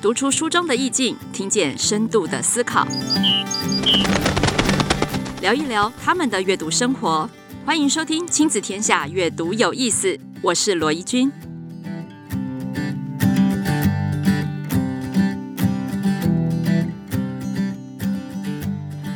读出书中的意境，听见深度的思考，聊一聊他们的阅读生活。欢迎收听《亲子天下阅读有意思》，我是罗怡君。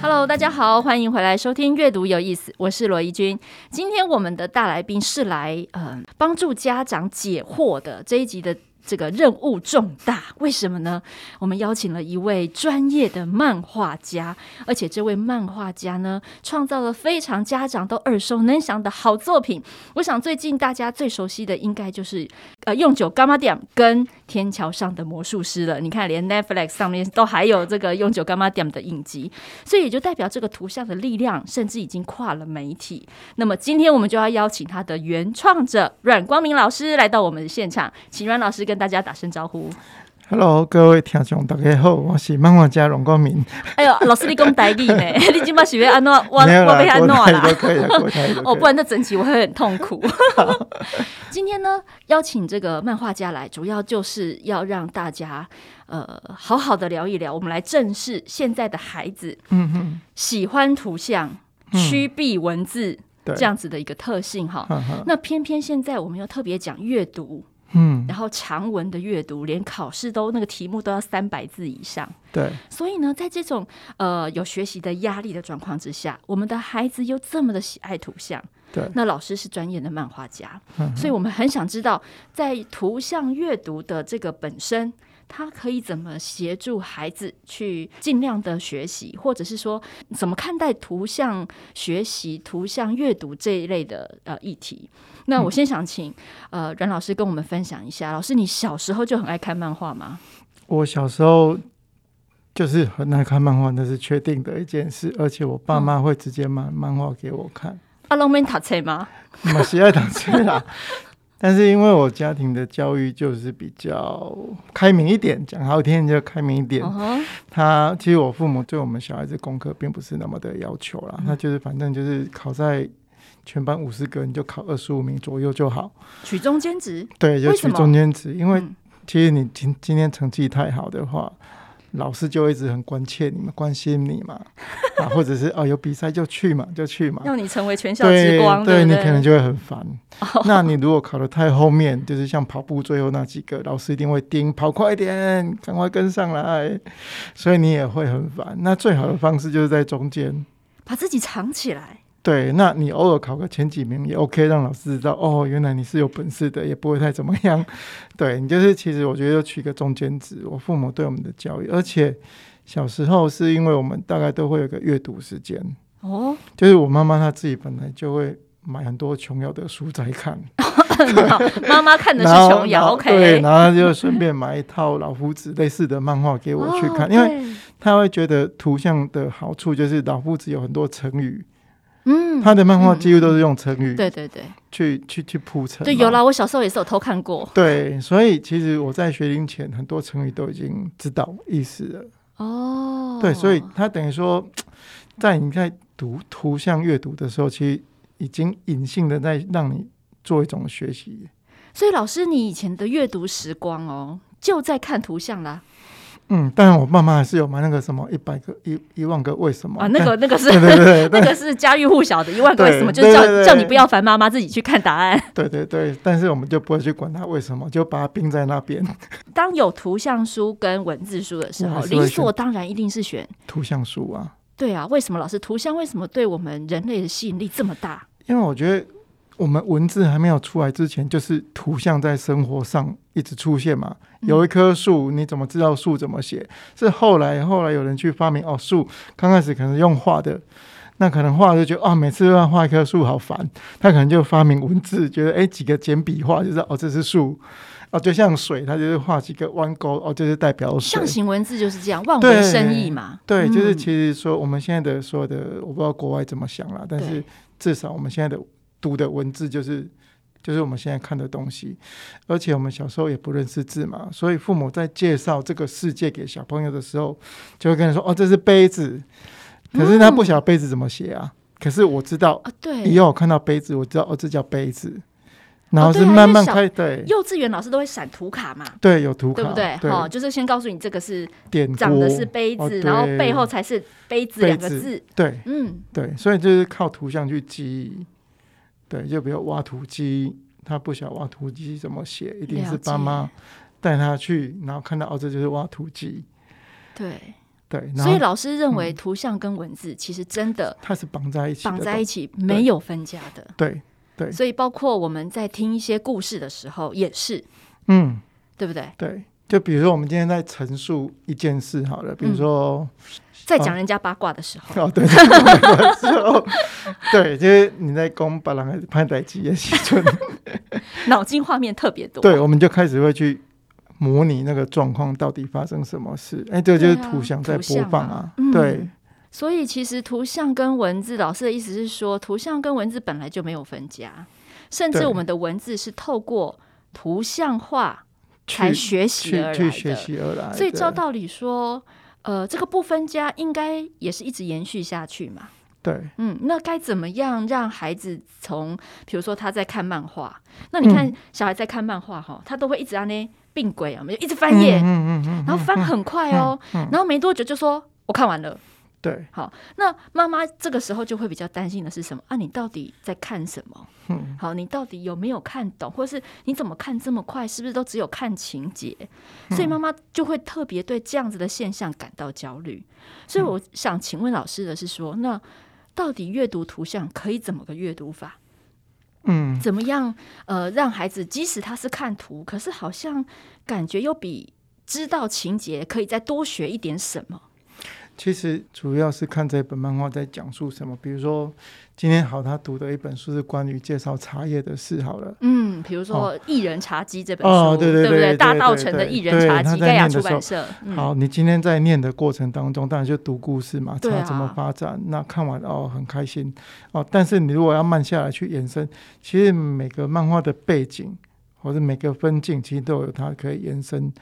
Hello，大家好，欢迎回来收听《阅读有意思》，我是罗怡君。今天我们的大来宾是来呃帮助家长解惑的这一集的。这个任务重大，为什么呢？我们邀请了一位专业的漫画家，而且这位漫画家呢，创造了非常家长都耳熟能详的好作品。我想最近大家最熟悉的应该就是呃用九伽马点跟天桥上的魔术师了。你看，连 Netflix 上面都还有这个用九伽马点的影集，所以也就代表这个图像的力量，甚至已经跨了媒体。那么今天我们就要邀请他的原创者阮光明老师来到我们的现场，请阮老师跟大家打声招呼。 Hello，各位听众，大家好，我是漫画家荣光明。哎呦，老师你讲台语呢？ 你今把学安诺，我我没有啦被安诺国台啦都。可以 啦，国台都可以哦，不然这整集我会很痛 苦。今天呢，邀请这个漫画家来，主要就是要让大家呃好好的聊一聊，我们来正视现在的孩子嗯嗯，喜欢图像、趋避文字、对，嗯这样子的一个特性哈。哈哈，那偏偏现在我们又特别讲阅读，嗯，然后长文的阅读，连考试都那个题目都要三百字以上。对，所以呢，在这种呃有学习的压力的状况之下，我们的孩子又这么的喜爱图像，对那老师是专业的漫画家，嗯所以我们很想知道，在图像阅读的这个本身。它可以怎么协助孩子去尽量的学习，或者是说怎么看待图像学习、图像阅读这一类的呃议题？嗯那我先想请呃阮老师跟我们分享一下，老师你小时候就很爱看漫画吗？我小时候就是很爱看漫画，那是确定的一件事，而且我爸妈会直接买漫画给我 看，阿龙没啊塔册吗？我喜爱党吹啦。 但是因为我家庭的教育就是比较开明一点，讲好听就开明一点，嗯哼他其实我父母对我们小孩子功课并不是那么的要求嗯啦，那就是反正就是考在全班五十个，你就考二十五名左右就好。取中间值，对，就为什取么中间值，因为嗯其实你今今天成绩太好的话，老师就一直很关切你们，关心你嘛，啊，或者是哦有比赛就去嘛，就去嘛。要你成为全校之对光，对，不你哦对？哦可能就会很烦。那你如果考得太后面，就是像跑步最后那几个，老师一定会盯，跑快一点，赶快跟上来，所以你也会很烦。那最好的方式就是在中间。把自己藏起来。对，那你偶尔考个前几名也 OK，让老师知道哦，原来你是有本事的，也不会太怎么样。对你就是，其实我觉得就取个中间值。我父母对我们的教育，而且小时候是因为我们大概都会有个阅读时间，哦，就是我妈妈她自己本来就会买很多琼瑶的书在 看，妈妈看的是然后琼 然瑶后对， ，OK，然后她就顺便买一套老夫子类似的漫画给我哦去看，因为为她会觉得图像的好处就是老夫子有很多成语，嗯，他的漫画几乎都是用成语对对对去去去铺陈嘛，对，有啦，我小时候也是有偷看过。对，所以其实我在学龄前很多成语都已经知道意思了。哦，对，所以他等于说，在你在读图像阅读的时候，其实已经隐性的在让你做一种学习。所以老师，你以前的阅读时光哦，就在看图像啦嗯，当然我爸妈还是有买那个什么一百个一一万个为什么啊，那个那个是但对对对 那对个是家喻户晓的，一万个为什么，就对是对叫对对叫你不要烦妈妈，自己去看答案。对对对，但是我们就不会去管他为什么，就把它冰在那边。 当有图像书跟文字书的时我候，还是会理选所当然一定是选图像书啊，对啊，为什么老师图像为什么对我们人类的吸引力这么大？因为我觉得我们文字还没有出来之前，就是图像在生活上一直出现嘛。有一棵树，你怎么知道树怎么写？是后来后来有人去发明哦，树刚开始可能用画的。那可能画就觉得啊、每次都要画一棵树好烦。他可能就发明文字，觉得哎几个简笔画就是哦，这是树，哦就像水，他就是画几个弯钩，哦这是代表水象。形文字就是这样，望对文生义嘛。对，就是嗯其实说我们现在的所有的，我不知道国外怎么想啦，但是对至少我们现在的读的文字就是就是我们现在看的东西，而且我们小时候也不认识字嘛，所以父母在介绍这个世界给小朋友的时候，就会跟你说哦，这是杯子，可是他不晓得杯子怎么写啊，可是我知道，嗯啊，对，哦以后我看到杯子，我知道哦，这叫杯子。然后是对啊慢慢因为小开，对幼稚园老师都会闪图卡嘛，对，有图卡，对不对？哦，就是先告诉你这个是典长的故是杯哦子，然后对背后才是杯子杯两个子字。对嗯，对，所以就是靠图像去记忆。对，就比如挖土机，他不晓得挖土机怎么写，一定了是解爸妈带他去，然后看到哦，这就是挖土机。对。对，然所以后老师认为图像跟文字其实真的它是绑在一起的绑东，在一起，没有分家的。对，对所以包括我们在听一些故事的时候也是，嗯，对不对？对。就比如说我们今天在陈述一件事好了，比如嗯说 在啊讲人家八卦的时候，哦，对，对对时候，对，就是你在攻把人拍歹机的时阵，脑筋画面特别多。对，我们就开始会去模拟那个状况到底发生什么事。哎，这个就是对啊图像在图播像放嘛啊，嗯对，所以其实图像跟文字，老师的意思是说，图像跟文字本来就没有分家，甚至对我们的文字是透过图像化才去学习而去来去学的。习而来的。所以照道理说，呃，这个不分家应该也是一直延续下去嘛。对嗯，那该怎么样让孩子从，比如说他在看漫画，那你嗯看小孩在看漫画哈，他都会一直按呢并轨啊，我们就一直翻页，嗯嗯嗯然后翻很快哦，嗯嗯然后没多久就说我看完了。对，好，那妈妈这个时候就会比较担心的是什么啊？你到底在看什么？嗯，好，你到底有没有看懂，或是你怎么看这么快？是不是都只有看情节？所以妈妈就会特别对这样子的现象感到焦虑。所以我想请问老师的是说，那到底阅读图像可以怎么个阅读法？嗯，怎么样？呃，让孩子即使他是看图，可是好像感觉又比知道情节可以再多学一点什么？其实主要是看这本漫画在讲述什么。比如说今天好，他读的一本书是关于介绍茶叶的事好了。嗯，比如说《艺人茶几》这本书，哦对对对不对对大对道对城的《对艺人茶对几他》在盖亚念出的时版候社，嗯，好，你今天在念的过程当中，当然就读故事嘛，对啊查怎么发展。那看完哦，很开心哦。但是你如果要慢下来去延伸，其实每个漫画的背景或者每个分镜，其实都有它可以延伸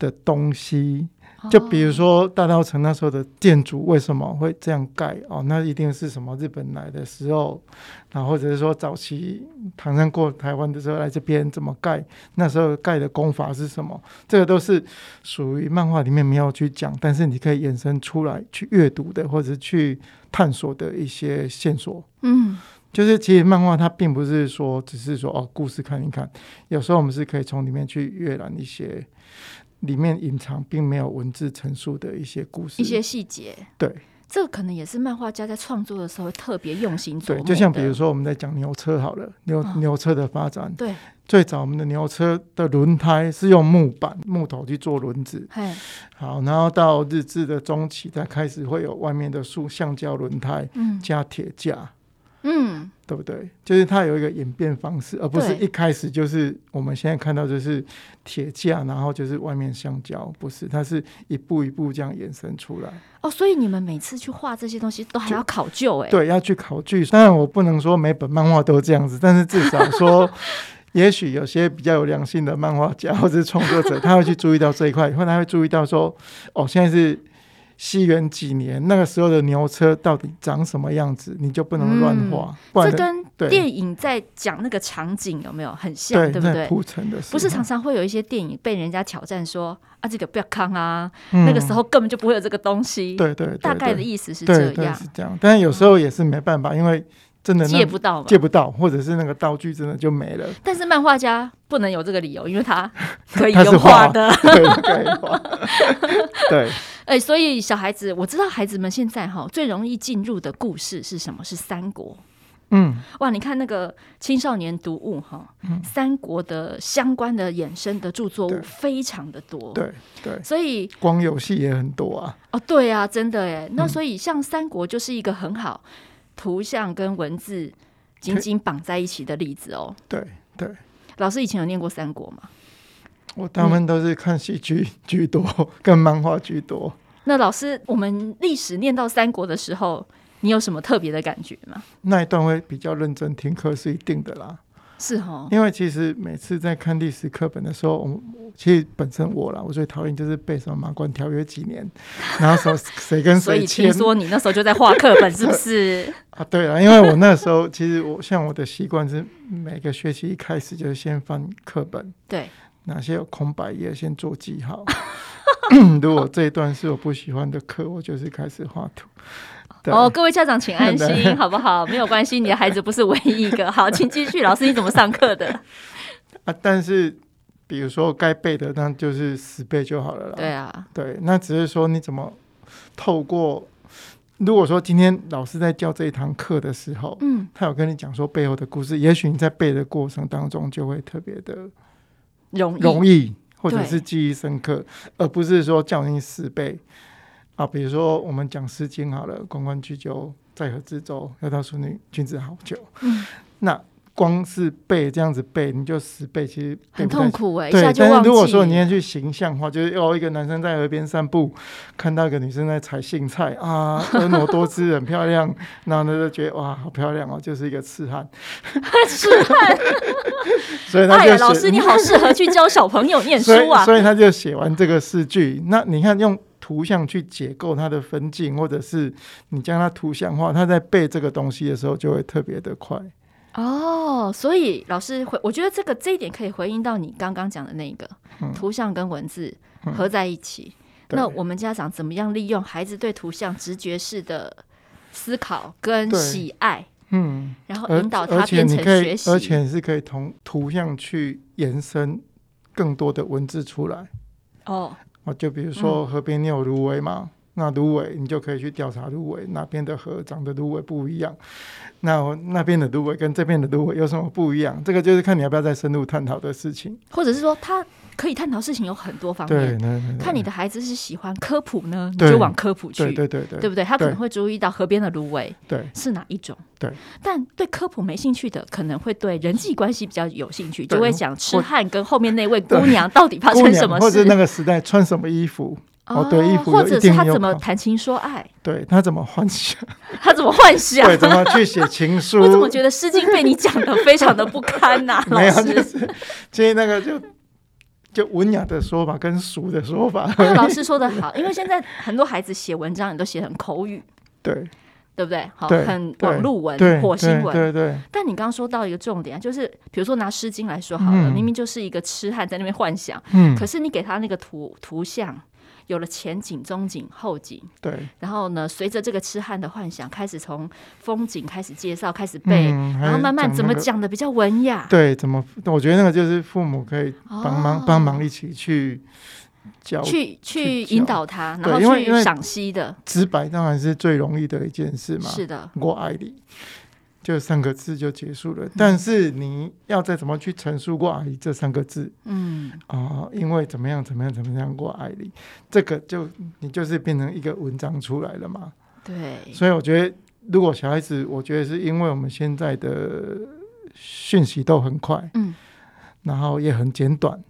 的东西。就比如哦说大稻城那时候的建筑为什么会这样盖哦，那一定是什么日本来的时候，然后或者是说早期唐山过台湾的时候来这边怎么盖，那时候盖的工法是什么，这个都是属于漫画里面没有去讲，但是你可以衍生出来去阅读的或者去探索的一些线索。嗯，就是其实漫画它并不是说只是说哦故事看一看，有时候我们是可以从里面去阅览一些里面隐藏并没有文字陈述的一些故事，一些细节，对这可能也是漫画家在创作的时候特别用心琢对磨，就像比如的，说我们在讲牛车好了，牛嗯牛车的发展，对，最早我们的牛车的轮胎是用木板木头去做轮子，嘿，好，然后到日治的中期才开始会有外面的塑橡胶轮胎嗯加铁架。嗯，对不对？就是它有一个演变方式，而不是对一开始就是我们现在看到就是铁架，然后就是外面橡胶，不是，它是一步一步这样衍生出来。哦，所以你们每次去画这些东西都还要考究，哎，对，要去考据。当然，我不能说每本漫画都这样子，但是至少 说，也许有些比较有良心的漫画家或者是创作者，他会去注意到这一块，或者他会注意到说，哦，现在是。西元几年那个时候的牛车到底长什么样子，你就不能乱嗯画，不然这的跟对电影在讲那个场景有没有很像，对对不在对？铺陈的时不是候常常会有一些电影被人家挑战说啊，这个不要看啊，嗯那个时候根本就不会有这个东西。对对，对大概的对意思是对这对样，嗯是这样。但是有时候也是没办法，因为真的那借不到嘛。借不到，或者是那个道具真的就没了，但是漫画家不能有这个理由，因为 他可以他是用画画 的。对，概括对，哎、所以小孩子，我知道孩子们现在哈最容易进入的故事是什么？是三国。 嗯，哇，你看那个青少年读物哈，三国的相关的衍生的著作物对非常的多。，对对，所以光游戏也很多啊，哦，对啊，真的哎。嗯那所以像三国就是一个很好图像跟文字紧紧绑在一起的例子哦。对对。老师以前有念过三国吗？我他嗯们都是看戏剧居多，跟漫画居多。那老师，我们历史念到三国的时候，你有什么特别的感觉吗？那一段会比较认真听课是一定的啦。是哦哈，因为其实每次在看历史课本的时候，我其实本身我啦，我最讨厌就是背什么《马关条约》几年，然后说谁跟所以谁听签说你那时候就在画课本，是不 是？啊。对了，因为我那时候其实我像我的习惯是每个学期一开始就是先翻课本，对，哪些有空白页先做记 号。如果这一段是我不喜欢的课，我就是开始画图。对哦，各位家长请安 心，对好不好？没有关系，你的孩子不是唯一一个。 好，请继续，老师你怎么上课的？啊，但是比如说该背的，那就是死背就好了啦。对啊，对，那只是说你怎么透过，如果说今天老师在教这一堂课的时候，嗯，他有跟你讲说背后的故事，也许你在背的过程当中就会特别的容易，容易，或者对是记忆深刻，而不是说叫你死背啊。比如说我们讲《诗经》好了，“关关雎鸠，在河之洲，窈窕淑女，君子好逑”。嗯，那光是背这样子背，你就死背，其实背很不太痛苦哎、一对下，就但忘是记。如果说你今天去形象化，就是哦，一个男生在河边散步，看到一个女生在采荇菜 啊，婀娜多姿，很漂亮，然后呢就觉得哇，好漂亮哦，就是一个痴汉， 是，啊 所以他哎就呀，写老师你好适合去教小朋友念书所以啊。所以他就写完这个诗句。那你看用图像去解构它的分镜，或者是你将它图像化，他在背这个东西的时候就会特别的快。哦，所以老师回，我觉得这个这一点可以回应到你刚刚讲的那个、嗯图像跟文字嗯合在一起。对那我们家长怎么样利用孩子对图像直觉式的思考跟对喜爱，嗯，然后而哦引导而他且变你成可以学，习？而且你是可以从图像去延伸更多的文字出来。哦，哦，就比如嗯说河边你有芦苇嘛，那芦苇你就可以去调查芦苇哪边的河长的芦苇不一样，那我那边的芦苇跟这边的芦苇有什么不一样？这个就是看你要不要再深入探讨的事情。或者是说他可以探讨事情有很多方对，面，那看你的孩子是喜欢科普呢，你对就往科普去，对对对对对不对？他可能对会注意到河边的芦苇对是哪一种，对。但对科普没兴趣的，可能会对人际关系比较有兴趣，对就会想痴汉跟后面那 位姑娘到底发姑生什娘么或者事是那。个时代穿什么衣服，哦哦对衣服有或者是一定他有怎么考谈情说爱，对他怎么幻想，他怎么幻想？对，怎么去写情书我怎么觉得《诗经》被你讲的非常的不堪呐、 没老有，就师？是其实那个就就文雅的说法跟俗的说法，那老师说的好，因为现在很多孩子写文章也都写很口语，对对不对？好，对很对网路文、对火星文。对对对但你刚刚说到一个重点啊，就是比如说拿《诗经》来说好了，嗯明明就是一个痴汉在那边幻想，嗯可是你给他那个图图像，有了前景、中景、后景，对，然后呢，随着这个痴汉的幻想，开始从风景开始介绍，开始背，嗯然后慢慢怎么？还讲那个讲的比较文雅，对，怎么？我觉得那个就是父母可以帮忙、哦帮忙一起去教。去去去引教导他，然对后因为因去为赏析的，直白当然是最容易的一件事嘛。是的，我爱你，就三个字就结束了。但是你要再怎么去陈述“我爱你”这三个字嗯，啊、因为怎么样怎么样怎么样，我爱你，这个就你就是变成一个文章出来了嘛。对，所以我觉得，如果小孩子，我觉得是因为我们现在的讯息都很快，嗯，然后也很简短，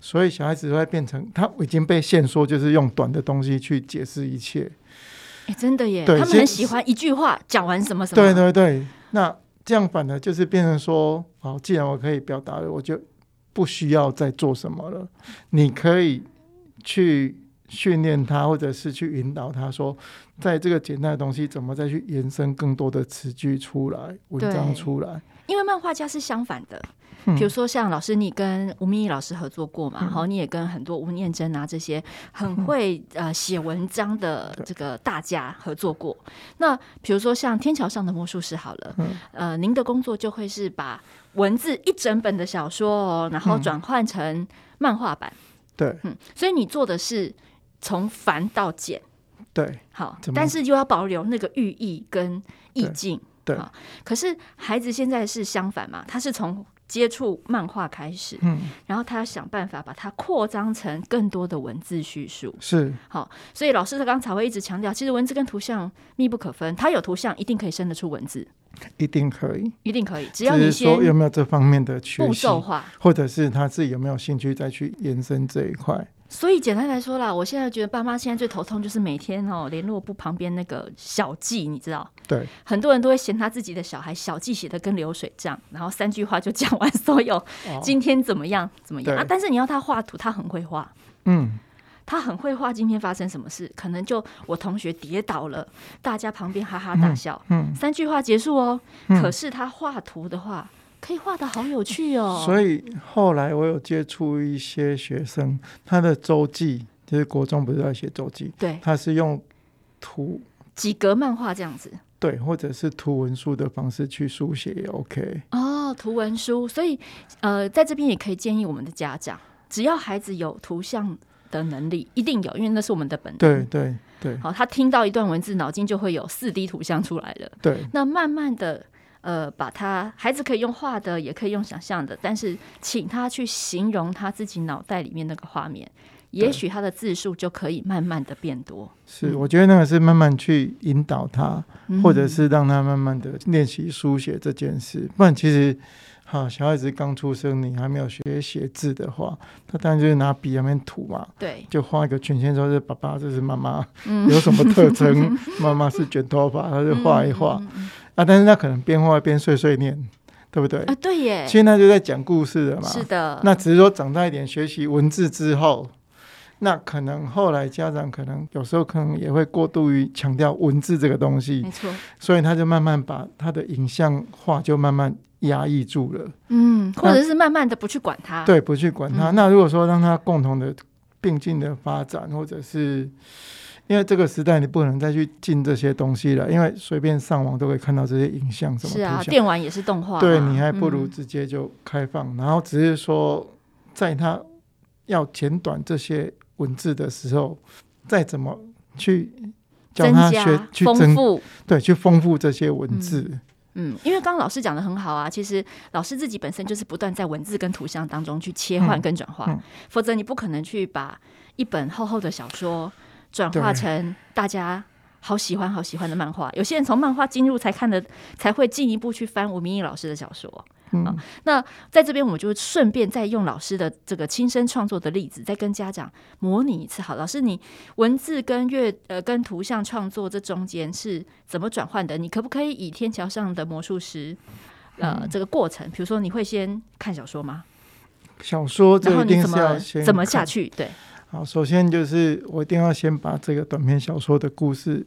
所以小孩子都会变成他已经被限缩，就是用短的东西去解释一切。哎，真的耶，对他们先很喜欢一句话讲完什么什么，对对对，那这样反而就是变成说，好，既然我可以表达了，我就不需要再做什么了。你可以去训练他，或者是去引导他说，在这个简单的东西，怎么再去延伸更多的词句出来、文章对出来。因为漫画家是相反的，嗯比如说像老师，你跟吴明义老师合作过嘛，然后你也跟很多吴念真啊这些嗯很会呃写文章的这个大家合作过。那比如说像《天桥上的魔术师》好了，嗯呃，您的工作就会是把文字一整本的小说哦，然后嗯转换成漫画版，对嗯，所以你做的是从繁到简。对，好怎，么但是又要保留那个寓意跟意境。对对好可是孩子现在是相反嘛，他是从接触漫画开始，嗯，然后他要想办法把它扩张成更多的文字叙述。是好，所以老师他刚才会一直强调，其实文字跟图像密不可分，它有图像一定可以生得出文字，一定可以，一定可以，只只要你是先说有没有这方面的学步习，骤化。或者是他自己有没有兴趣再去延伸这一块。所以简单来说啦，我现在觉得爸妈现在最头痛就是每天哦联络部旁边那个小记，你知道，对，很多人都会嫌他自己的小孩小记写的跟流水账，然后三句话就讲完所有今天怎么样怎么样哦对啊。但是你要他画图，他很会画，嗯，他很会画今天发生什么事，可能就我同学跌倒了，大家旁边哈哈大笑，嗯三句话结束哦。嗯可是他画图的话，可以画的好有趣哦。所以后来我有接触一些学生，他的周记就是国中不是在写周记，对，他是用图几格漫画这样子对或者是图文书的方式去书写也 OK。哦，图文书。所以呃，在这边也可以建议我们的家长，只要孩子有图像的能力，一定有，因为那是我们的本能。对对对嗯好，他听到一段文字，脑筋就会有四 D 图像出来了。对，那慢慢的，呃，把他孩子可以用画的，也可以用想象的，但是请他去形容他自己脑袋里面那个画面，也许他的字数就可以慢慢的变多，是我觉得那个是慢慢去引导他，嗯或者是让他慢慢的练习书写这件事。不然其实，哈，小孩子刚出生，你还没有学写字的话，他当然就是拿笔上面涂嘛。嗯对，就画一个圈圈，说是爸爸，这是妈妈，嗯有什么 特征？妈妈是卷头发，他就画一画、嗯嗯嗯啊。但是他可能边画边碎碎念，对不对？啊，对耶，其实那就在讲故事了嘛。是的，那只是说长大一点，学习文字之后，那可能后来家长可能有时候可能也会过度于强调文字这个东西没，错，所以他就慢慢把他的影像化就慢慢压抑住了，嗯，那或者是慢慢的不去管他，嗯对，不去管他。那如果说让他共同的并进的发展，或者是。因为这个时代，你不可能再去进这些东西了，因为随便上网都可以看到这些影像，什么是图啊，像。电玩也是动画嘛，对你还不如嗯直接就开放，然后只是说，在他要简短这些文字的时候，再怎么去教增他加学去丰增富。对去丰富这些文字。嗯，因为刚刚老师讲的很好啊，其实老师自己本身就是不断在文字跟图像当中去切换嗯跟转化，嗯否则你不可能去把一本厚厚的小说转化对成大家好喜欢好喜欢的漫画。有些人从漫画进入才看的，才会进一步去翻吴明义老师的小说。嗯，好那在这边，我们就顺便再用老师的这个亲身创作的例子，再跟家长模拟一次。好，老师，你文字跟乐呃跟图像创作这中间是怎么转换的？你可不可以以天桥上的魔术师呃、嗯这个过程，比如说你会先看小说吗？小说然这后一你定怎是要么先怎么下看？去？对，好，首先就是我一定要先把这个短篇小说的故事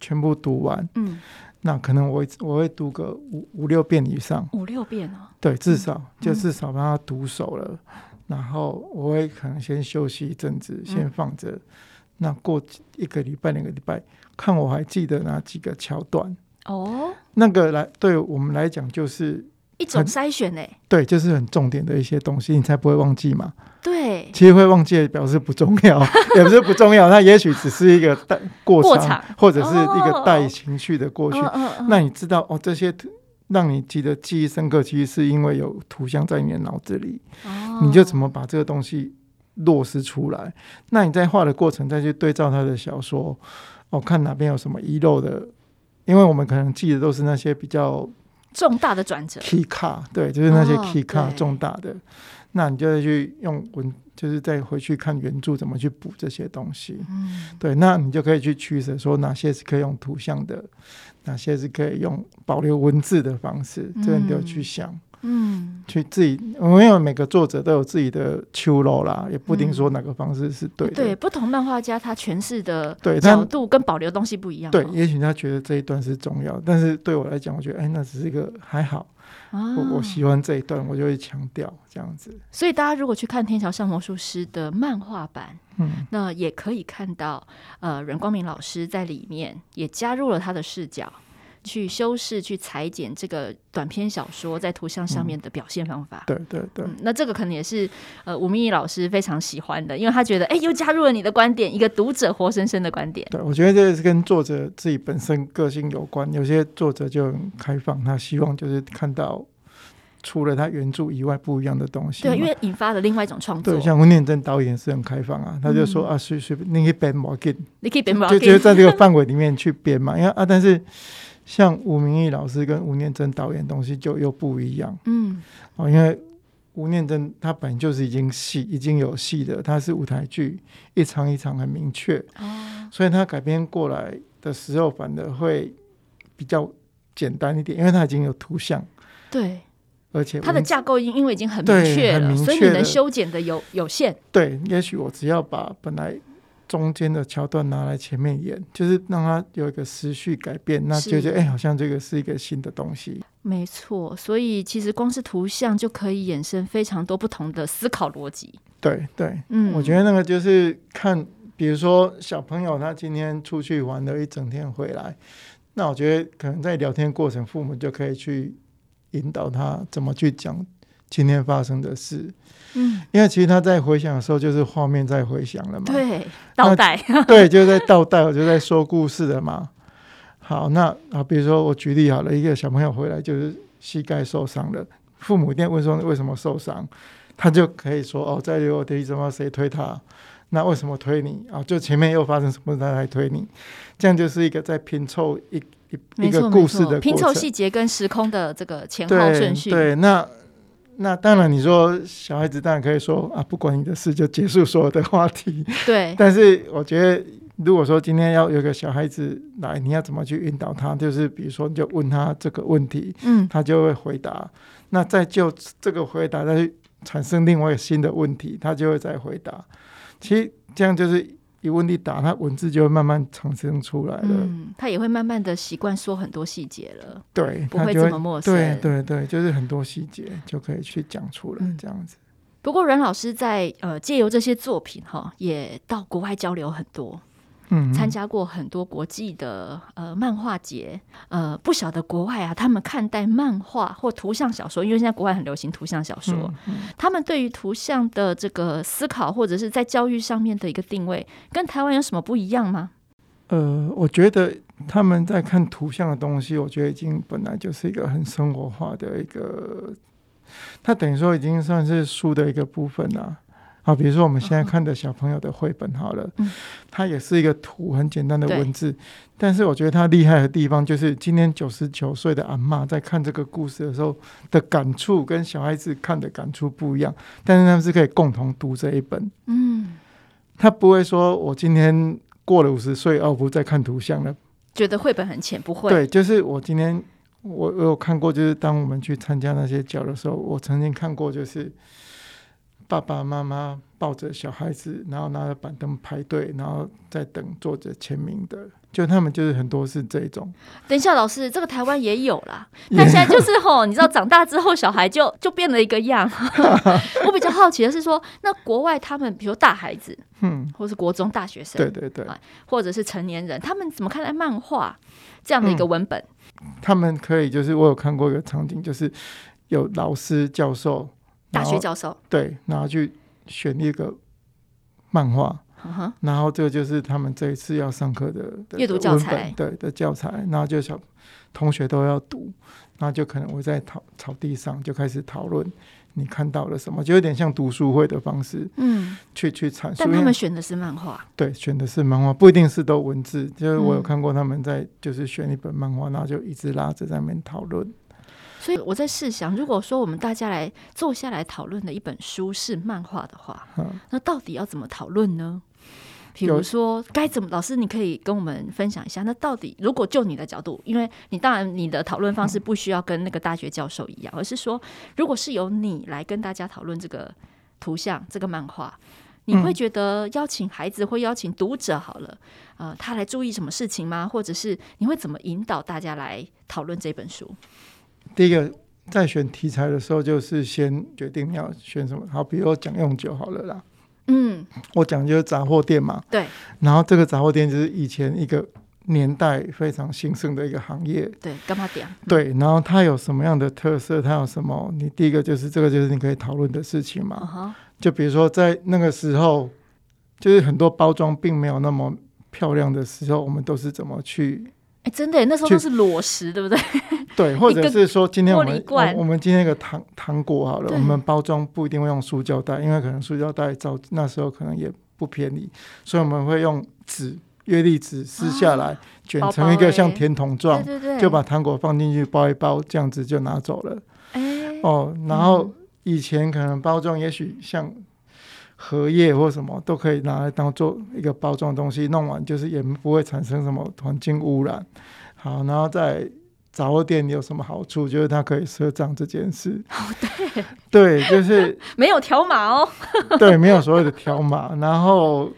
全部读完。嗯，那可能我我会读个五五六遍以上。五六遍哦，对，至少就至少把它读熟了，然后我会可能先休息一阵子，先放着。那过几一个礼拜、两个礼拜，看我还记得哪几个桥段。哦，那个来对我们来讲就是一种很筛选欸嘞，对，就是很重点的一些东西，你才不会忘记嘛。对，其实会忘记表示不重 要，也不是不重要，它也许只是一个带过过场，场或者是一哦个带情绪的过去。嗯嗯嗯，那你知道哦，这些图让你记得记忆深刻，其实是因为有图像在你的脑子里。哦你就怎么把这个东西落实出来？那你在画的过程再去对照他的小说，哦，看哪边有什么遗漏的，因为我们可能记得都是那些比较重大的转折， key 卡，对，就是那些哦 key 卡对重大的，那你就会去用文，就是再回去看原著怎么去补这些东西。嗯，对，那你就可以去取舍，说哪些是可以用图像的，哪些是可以用保留文字的方式，这个你就去嗯想。嗯，去自己，因为每个作者都有自己的秋楼啦，也不一定说哪个方式是对的。嗯对，不同漫画家他诠释的对但角度跟保留的东西不一样哦。对也许他觉得这一段是重要，但是对我来讲，我觉得哎，那只是一个还好，啊，我我喜欢这一段，我就会强调这样子。所以大家如果去看《天桥上魔术师》的漫画版，嗯，那也可以看到，呃，阮光明老师在里面也加入了他的视角，去修饰、去裁剪这个短篇小说在图像上面的表现方法。嗯对对对，嗯，那这个可能也是呃吴明义老师非常喜欢的，因为他觉得哎、又加入了你的观点，一个读者活生生的观点。对我觉得这是跟作者自己本身个性有关。有些作者就很开放，他希望就是看到除了他原著以外不一样的东西嘛。对，因为引发了另外一种创作对，。像温念真导演是很开放啊，他就说、嗯啊，随随便那个 band 我给你可以别忘就就记，在这个范围里面去编嘛，因为啊，但是像吴明义老师跟吴念真导演的东西就又不一样嗯哦，因为吴念真他本来就是已经戏已经有戏的，他是舞台剧一场一场很明确，哦所以他改编过来的时候反而会比较简单一点，因为他已经有图像，对，而且它的文架构因因为已经很明对确很了，明所以你确能了修剪的有有限。对，也许我只要把本来中间的桥段拿来前面演，就是让它有一个时序改变，那是就觉得哎、好像这个是一个新的东西。没错，所以其实光是图像就可以衍生非常多不同的思考逻辑。对对，嗯，我觉得那个就是看，比如说小朋友他今天出去玩了一整天回来，那我觉得可能在聊天过程，父母就可以去引导他怎么去讲今天发生的事，嗯，因为其实他在回想的时候，就是画面在回想了嘛。对，倒带， 对，就在倒带，我就在说故事的嘛。好，那啊，比如说我举例好了，一个小朋友回来就是膝盖受伤了，父母一定会问说为什么受伤，他就可以说哦，在流体怎么谁推他，那为什么推你啊？就前面又发生什么事他来推你，这样就是一个在拼凑一一一没个错故没事错，的拼过凑程细节跟时空的这个前后顺对序。对，那那当然你说小孩子当然可以说啊，不管你的事就结束所有的话题， 对 但是我觉得，如果说今天要有个小孩子来，你要怎么去引导他？就是比如说，你就问他这个问题，嗯，他就会回答。那再就这个回答再去产生另外一个新的问题，他就会再回答。其实这样就是一问一答，他文字就会慢慢产生出来了。嗯，他也会慢慢的习惯说很多细节了，对，不他会就这会么陌生。对对对，就是很多细节就可以去讲出来嗯，这样子。不过阮老师在呃借由这些作品哈、也到国外交流很多，嗯，参加过很多国际的呃漫画节，呃不晓得国外啊，他们看待漫画或图像小说，因为现在国外很流行图像小说，嗯嗯他们对于图像的这个思考或者是在教育上面的一个定位，跟台湾有什么不一样吗？呃，我觉得他们在看图像的东西，我觉得已经本来就是一个很生活化的一个，它等于说已经算是书的一个部分啦。好，比如说我们现在看的小朋友的绘本好了，嗯它也是一个图，很简单的对文字。但是我觉得它厉害的地方，就是今天九十九岁的阿嬷在看这个故事的时候的感触，跟小孩子看的感触不一样，但是他们是可以共同读这一本。嗯，他不会说我今天过了五十岁，哦，我不再看图像了。觉得绘本很浅，不会，对，就是我今天我我有看过，就是当我们去参加那些角的时候，我曾经看过，就是爸爸妈妈抱着小孩子，然后拿着板凳排队，然后在等作者签名的，就他们就是很多是这种。等一下，老师，这个台湾也有 啦，但现在就是 吼，你知道长大之后小孩就就变了一个样。 我比较好奇的是说，那国外他们，比如大孩子，嗯，或是啊国中大学生，对对对，或者是成年人，他们怎么看待漫画这样的一嗯个文本？他们可以就是我有看过一个场景，就是有老师教授，大然学后教授，对，然后去选一个漫画。嗯哼，然后这个就是他们这一次要上课的的阅读的教文材本对的教材，然后就小同学都要读，然后就可能我在草草地上就开始讨论你看到了什么，就有点像读书会的方式嗯，去去阐述。但因他为们选的是漫画，对选的是漫画，不一定是都文字，就是我有嗯看过他们在就是选一本漫画，然后就一直拉着在那边讨论。所以我在试想，如果说我们大家来坐下来讨论的一本书是漫画的话，嗯那到底要怎么讨论呢？比有如说，该怎么？老师，你可以跟我们分享一下。那到底，如果就你的角度，因为你当然你的讨论方式不需要跟那个大学教授一样，而是说，如果是由你来跟大家讨论这个图像、这个漫画，你会觉得邀请孩子或邀请读者好了，呃，他来注意什么事情吗？或者是你会怎么引导大家来讨论这本书？第一个在选题材的时候，就是先决定你要选什么，好，比如说讲用酒好了啦，嗯，我讲就是杂货店嘛，对然后这个杂货店就是以前一个年代非常兴盛的一个行业，对，干嘛点？对。然后它有什么样的特色？它有什么？你第一个就是这个就是你可以讨论的事情嗯嘛。哼，就比如说在那个时候，就是很多包装并没有那么漂亮的时候，我们都是怎么去哎，真的耶，那时候去都是裸食，对不对？对，或者是说今天我玻璃们罐我我们今天一个糖糖果好了，对我们包装不一定会用塑胶袋，因为可能塑胶袋造那时候可能也不便宜，所以我们会用纸月历纸撕下来，卷成一啊包包个欸像甜筒状，对对对，就把糖果放进去包一包，这样子就拿走了。哎哦，然后以前可能包装，也许像荷叶或什么都可以拿来当做一个包装的东西，弄完就是也不会产生什么环境污染。好，然后在杂货店有什么好处？就是它可以赊账这件事。 对，就是没有条码哦，对，没有所谓的条码，然后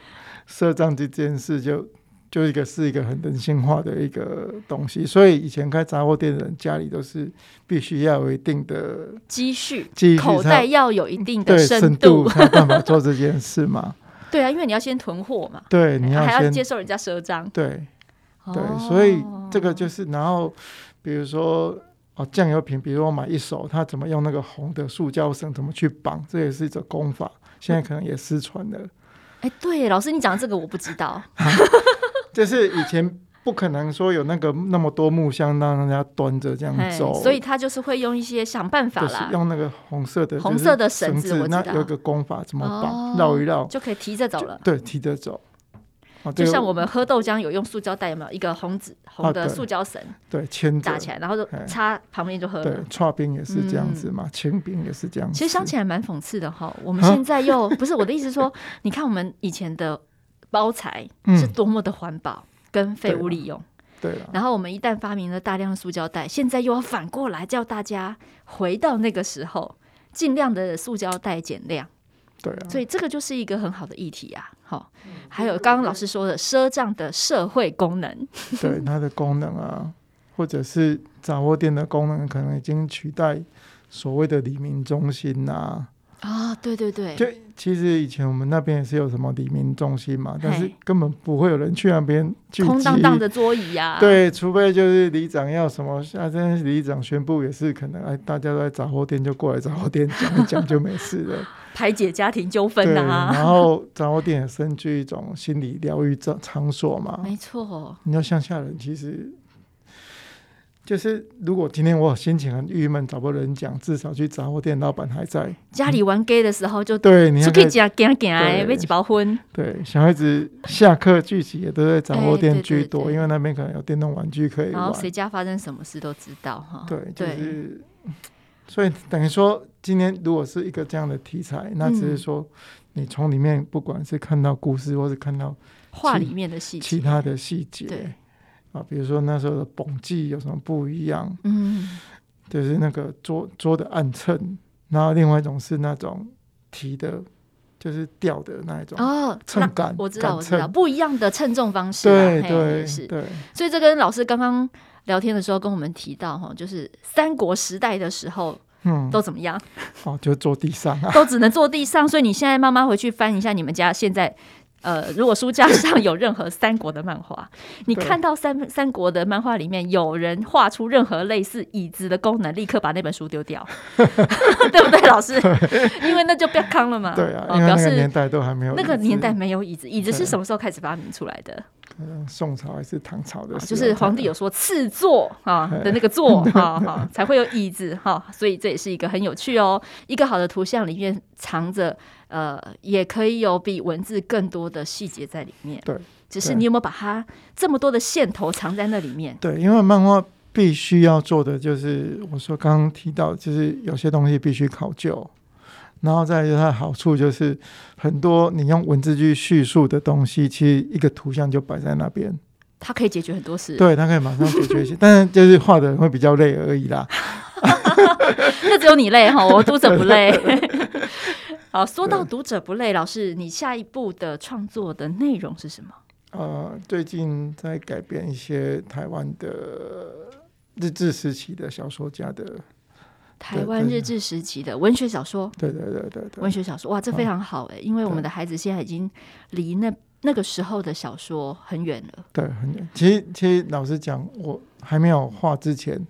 赊账这件事就。就一个是一个很人性化的一个东西，所以以前开杂货店的人家里都是必须要有一定的积蓄。积蓄口才袋要有一定的对深度才有办法做这件事 嘛。对啊，因为你要先囤货嘛，对，你还要先接受人家赊账。对对，哦所以这个就是，然后比如说哦，酱油瓶，比如我买一手，它怎么用那个红的塑胶绳怎么去绑，这也是一种功法，现在可能也失传了。哎，对，老师你讲这个我不知道，就是以前不可能说有那个那么多木箱让人家端着这样哎走，所以他就是会用一些想办法就是啦，用那个红色的红就是色的绳绳子我知那道有一个功法怎么哦绑，绕一绕，就可以提着走就了。对，提着走。就哦这个像我们喝豆浆有用塑胶袋，有没有一个红纸红啊的对塑胶绳对牵着打起来，然后就哎插旁边就喝对了。，串串冰也是这样子嘛，清冰也是这样嗯子。其实想起来蛮讽刺的哈，我们啊现在又不是我的意思是说，你看我们以前的包材嗯是多么的环保跟废物利用，对了，然后我们一旦发明了大量的塑胶袋，现在又要反过来叫大家回到那个时候，尽量的塑胶袋减量，对 啊，所以这个就是一个很好的议题啊。好，还有刚刚老师说的赊账的社会功能，对它的功能啊，或者是杂货店的功能，可能已经取代所谓的黎明中心呐、 啊、对对对，就其实以前我们那边也是有什么黎明中心嘛，但是嘿根本不会有人去那边聚集。空荡荡的桌椅呀、啊，对，除非就是里长要什么，下真里长宣布也是可能，哎，大家都在杂货店就过来杂货店讲一讲就没事了。排解家庭纠对，纷啊， 然后杂货店也身居一种心理疗愈场场所嘛。没错，你要乡下人，其实就是如果今天我心情很郁闷，找不到人讲，至少去杂货店，老板还在。家里玩 gay 的时候就对，你出要去看讲讲讲，对买几包荤，对小孩子下课聚集也都在杂货哎对店对居多，对因为那边可能有电动玩具可以然玩后。谁家发生什么事都知道哈。啊对，就对是所以等于说，今天如果是一个这样的题材，那只嗯是说你从里面不管是看到故事，或是看到。话里面的细其节，他的细节。对啊，比如说那时候的绷记有什么不一样，嗯，就是那个桌桌的暗衬，然后另外一种是那种提的，就是吊的那一种哦，秤那杆，我知道，杆我知道，秤不一样的称重方式啊，对嘿对也是。对所以这跟老师刚刚聊天的时候跟我们提到哈，就是三国时代的时候嗯，都怎么样，哦，就坐地上 啊，都只能坐地上。所以你现在慢慢回去翻一下你们家现在。呃，如果书架上有任何三国的漫 画，你对看到三三国的漫画里面有人画出任何类似椅子的功能，立刻把那本书丢掉， 对不对，老 师？因为那就不要康了嘛。对啊，哦因为表那个示年代都还没有那个椅子年代，没有椅子，椅子是对什么时候开始发明出来的？嗯宋朝还是唐朝的啊时候，就是皇帝有说赐座 啊对的那个座哈哈，才会有椅子哈，所以这也是一个很有趣哦。一个好的图像里面藏着呃，也可以有比文字更多的细节在里面。对，只是对你有没有把它这么多的线头藏在那里面？对，因为漫画必须要做的就是我说刚刚提到，就是有些东西必须考究，然后再来就是它的好处就是很多你用文字去叙述的东西，其实一个图像就摆在那边，它可以解决很多事。对，它可以马上解决一些，但是就是画的人会比较累而已啦。那只有你累哈，我读者不累。 好，说到读者不累，老师，你下一步的创作的内容是什么？呃，最近在改编一些台湾的日治时期的小说家的，台湾对对日治时期的文学小说。对对对对对嗯文，学小说，哇，这非常好哎、因为我们的孩子现在已经离那那个时候的小说很远了。对，很远。其实，其实老实讲，我还没有画之前，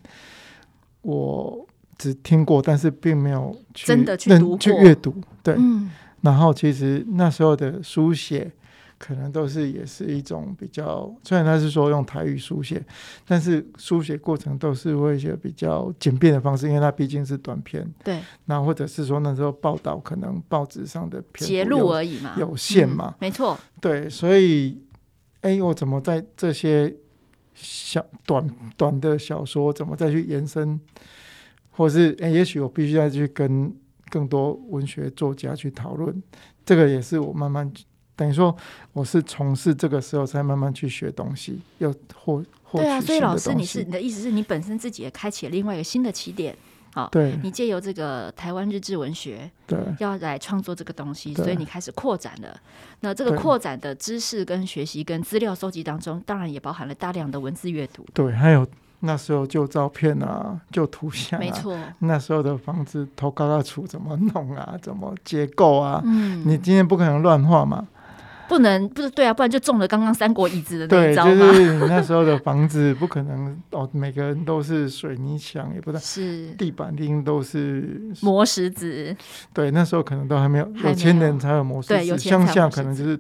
我只听过，但是并没有去真的去认读去过阅读。对，嗯，然后其实那时候的书写，可能都是也是一种比较，虽然他是说用台语书写，但是书写过程都是会一些比较简便的方式，因为它毕竟是短篇。对，那或者是说那时候报道可能报纸上的篇幅截有录而已嘛，有限嘛嗯没错，对，所以哎，我怎么在这些小短短的小说，怎么再去延伸，或是哎，也许我必须再去跟更多文学作家去讨论。这个也是我慢慢等于说，我是从事这个时候才慢慢去学东西，要获获取对啊，所以新的老师，东你是西你的意思是你本身自己也开启了另外一个新的起点，对你借由这个台湾日志文学对要来创作这个东西，对所以你开始扩展了。那这个对扩展的知识跟学习跟资料收集当中，当然也包含了大量的文字阅读。对，还有那时候旧照片啊，旧图像、啊，没错，那时候的房子头高高处怎么弄啊，怎么结构啊？嗯，你今天不可能乱画嘛？不能不是对啊，不然就中了刚刚三国椅子的那一对，招就嘛。是你那时候的房子 不可能哦，每个人都是水泥墙，也不知道是地板一定都是磨石子、对，那时候可能都还没有，还没有有钱人才有模式对有纸，钱才有乡下模式可能就是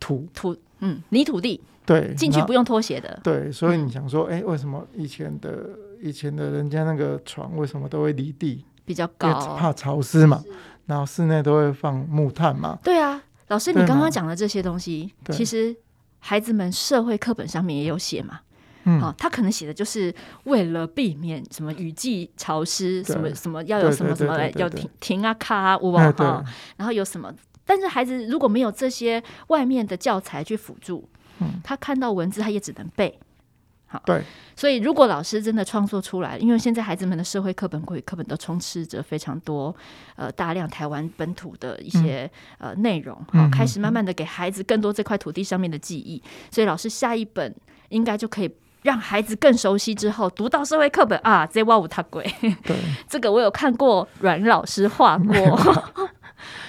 土，土，嗯，泥土地对，进去那不嗯用拖鞋的。对，所以你想说，哎，为什么以前的以前的人家那个床为什么都会离地？比较因为高。怕潮湿嘛，然后室内都会放木炭嘛，对啊，老师，你对刚嘛刚讲的这些东西，对其实孩子们社会课本上面也有写嘛。嗯，好、他可能写的就是为了避免什么雨季潮湿，对什么什么要有对什么对什么对来对有对停停啊卡啊我哎往对哈，然后有什么。但是孩子如果没有这些外面的教材去辅助，嗯他看到文字他也只能背。对，所以，如果老师真的创作出来，因为现在孩子们的社会课本、国语课本都充斥着非常多呃大量台湾本土的一些、呃内容，好、嗯嗯开始慢慢的给孩子更多这块土地上面的记忆。所以，老师下一本应该就可以让孩子更熟悉，之后读到社会课本啊，这哇五他鬼，对。这个我有看过阮老师画过，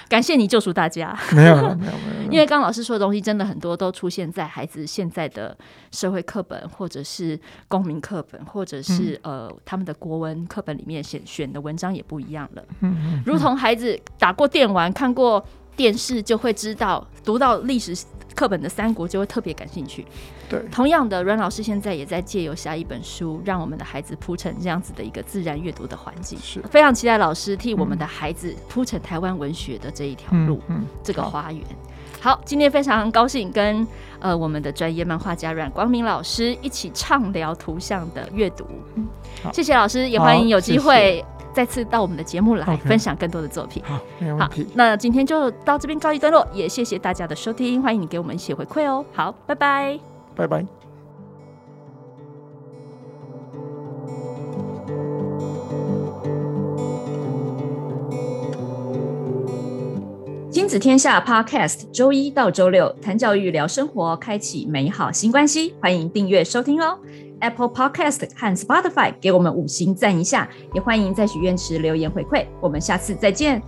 感谢你救赎大家。没有了，没有没有没因有。为刚刚老师说的东西，真的很多都出现在孩子现在的社会课本，或者是公民课本，或者是、呃他们的国文课本里面选选的文章也不一样了。嗯如同孩子打过电玩、看过电视，就会知道读到历史课本的三国就会特别感兴趣。对同样的，阮老师现在也在借由下一本书，让我们的孩子铺成这样子的一个自然阅读的环境。是非常期待老师替我们的孩子铺成台湾文学的这一条路。嗯嗯，这个花园。好，今天非常高兴跟呃我们的专业漫画家阮光明老师一起畅聊图像的阅读嗯好。谢谢老师，也欢迎有机好谢会再次到我们的节目来 OK 分享更多的作品。好，没有好问题，。那今天就到这边告一段落，也谢谢大家的收听，欢迎你给我们一些回馈哦。好，拜拜。拜拜。亲子天下 Podcast，周一到周六谈教育、聊生活，开启美好新关系。欢迎订阅收听哦。Apple Podcast 和 Spotify 给我们五星赞一下，也欢迎在许愿池留言回馈。我们下次再见，